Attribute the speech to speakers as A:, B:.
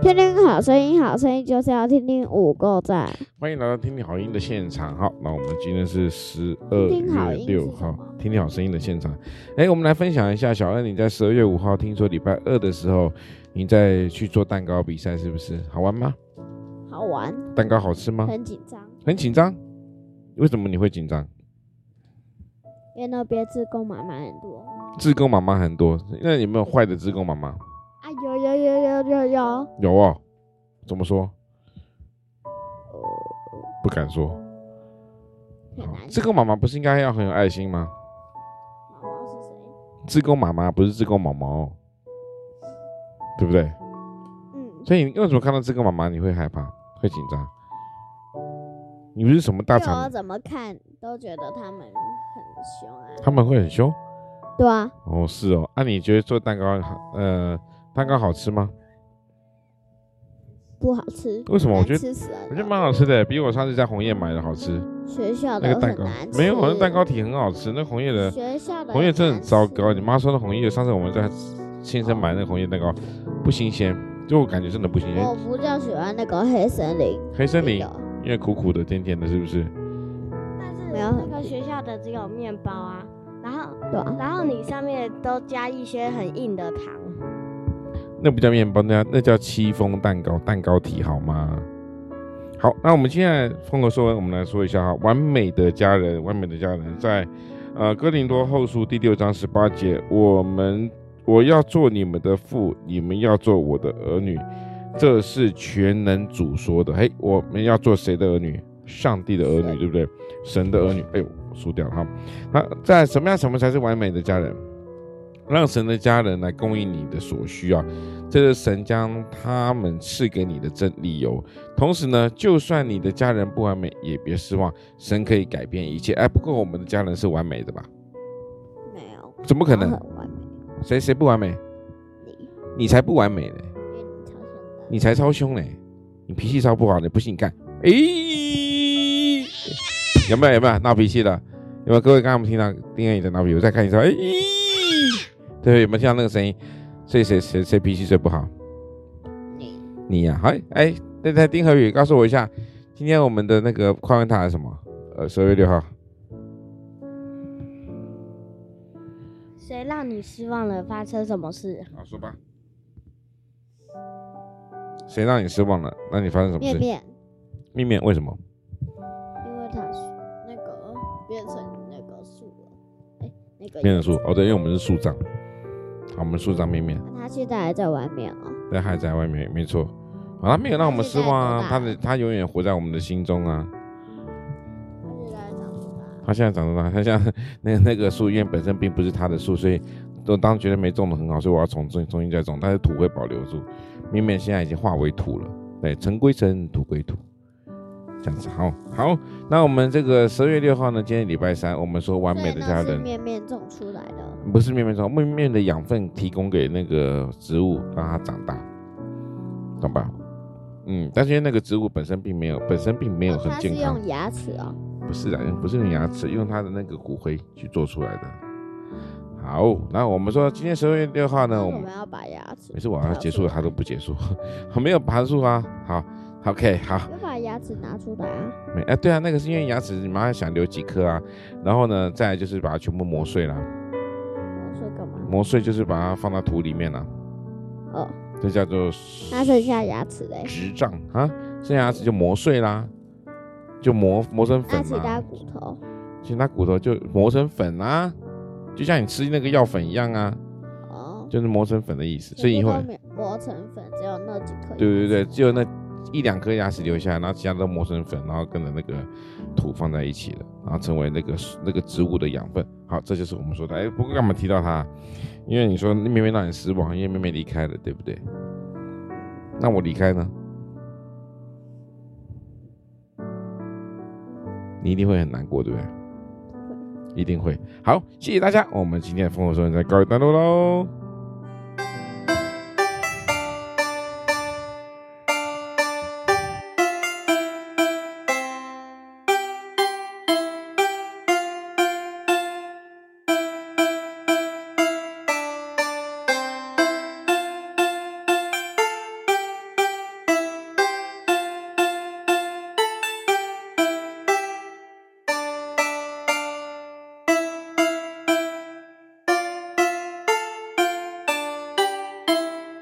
A: 听听好声音，好声音就是要听听五够赞。
B: 欢迎来到听听好音的现场。好，那我们今天是十二
A: 听听好
B: 月
A: 音是
B: 六
A: 什
B: 号
A: 么
B: 听听好声音的现场。哎，我们来分享一下，小恩，你在十二月五号听说礼拜二的时候，你在去做蛋糕比赛，是不是？好玩吗？
A: 好玩，
B: 蛋糕好吃吗？
A: 很紧张，
B: 很紧张？为什么你会紧张？
A: 因为那边自贡妈妈很多。
B: 志工妈妈很多，那有没有坏的志工妈妈？
A: 啊，有有有有有有，
B: 有哦，怎么说？不敢说。
A: 呃很
B: 好
A: 难。
B: 志工妈妈不是应该要很有爱心吗？
A: 毛毛是谁？
B: 志工妈妈不是志工毛毛，对不对？
A: 嗯，
B: 所以你为什么看到志工妈妈你会害怕、会紧张？你不是什么大
A: 因为我
B: 厂，
A: 怎么看都觉得他们很凶啊。
B: 他们会很凶
A: 对啊，
B: 哦，是哦。那、你觉得做蛋糕好，呃，蛋糕好吃吗？
A: 不好吃。
B: 为什么我
A: 难
B: 觉得
A: 吃死人了。
B: 我觉得蛮好吃的，比我上次在红叶买的好吃。
A: 学校
B: 那
A: 的
B: 个蛋
A: 很
B: 糕
A: 难吃。
B: 没有，那蛋糕体很好吃，那红叶的
A: 学校的
B: 红叶真的很
A: 难
B: 糟
A: 吃
B: 糕。你妈说的红叶，上次我们在先生买那个红叶蛋糕不新鲜，就我感觉真的不新鲜。
A: 我不就喜欢那个黑森林。
B: 黑森林
A: 有，
B: 因为苦苦的、甜甜的，是不是？
C: 但是
A: 没有
C: 那个学校的只有面包啊，然后
A: 对啊，
C: 然后你上面都加一些很硬的糖，
B: 那不叫面包，那叫那叫戚风蛋糕，蛋糕体好吗？好，那我们现在风格说完，我们来说一下哈，完美的家人，完美的家人在呃哥林多后书第六章十八节，我们我要做你们的父，你们要做我的儿女，这是全能主说的。嘿，我们要做谁的儿女？上帝的儿女，对不对？神的儿女。哎呦，我输掉了哈。那在什么样什么才是完美的家人？让神的家人来供应你的所需啊，这是神将他们赐给你的真理哦由。同时呢，就算你的家人不完美，也别失望，神可以改变一切。哎，不过我们的家人是完美的吧？
A: 没有，
B: 怎么
A: 不
B: 可能？
A: 很完美。
B: 谁谁不完美？
A: 啊你，
B: 你才不完美呢，
A: 因为你超凶的。
B: 你才超凶呢，你脾气超不好的，不信你看，诶、有没有有没有闹脾气的？有没有各位刚刚我们听到丁恩也在闹脾气，我再看一下，诶、对，有没有听到那个声音？谁谁谁谁脾气最不好？
A: 你
B: 你呀、好，哎，对对，丁和宇告诉我一下，今天我们的那个快问塔是什么？呃，十二月六号，
C: 谁让你失望了？发生什么事？
B: 好说吧。谁让你失望了？那你发生什么
A: 面
B: 事？
A: 面，
B: 面面为什么？
A: 因为他是那个变成那个树了，哎、那个
B: 面的树哦，对，因为我们是树葬，好，我们树葬面面，
A: 他现在还在外面哦。
B: 但还在外面，没错。好，他没有让我们失望啊，他的他永远活在我们的心中啊。
A: 他现在长多大？
B: 他现在长得大，他像 那那个树，因为本身并不是他的树，所以我当时觉得没种的很好，所以我要重种重新再种，但是土会保留住。面面现在已经化为土了，对，尘归尘，土归土，这样子好。好，那我们这个十二月六号呢，今天礼拜三，我们说完美的家
A: 所以那是
B: 人，
A: 面面种出来的，
B: 不是面面种，面面的养分提供给那个植物，让它长大，懂吧？嗯，但是因为那个植物本身并没有，本身并没有
A: 哦
B: 很
A: 它
B: 健
A: 是
B: 康。
A: 用牙齿哦。
B: 不是的，不是用牙齿，用它的那个骨灰去做出来的。好，那我们说今天十二月六号呢，
A: 那
B: 我
A: 我
B: 们
A: 们要把牙齿
B: 每，次晚上结束了，它都不结束， 没有爬树啊。好，OK，好，
A: 要把牙齿拿出来啊。
B: 没哎，对啊，那个是因为牙齿你妈想留几颗啊，然后呢，再来就是把它全部磨碎了，
A: 我说干嘛？
B: 磨碎就是把它放到土里面了，
A: 哦，
B: 这叫做
A: 那剩下牙齿嘞？
B: 植障啊，剩下牙齿就磨碎啦，就磨磨成粉
A: 那
B: 嘛。
A: 其他骨头？
B: 其实它骨头就磨成粉啊，就像你吃那个药粉一样啊，
A: 哦，
B: 就是磨成粉的啊意思。所以以后
A: 全，部都没有磨成粉，只有那几颗。
B: 对对对，只有那一两颗牙齿留下来，然后其他都磨成粉，然后跟着那个土放在一起了，然后成为那个那个植物的养分。好，这就是我们说的。哎，不过干嘛提到它？因为你说妹妹让你失望，因为妹妹离开了，对不对？那我离开呢？你一定会很难过，对不对？一定会。好，谢谢大家，我们今天的《烽火说》在告一段落喽。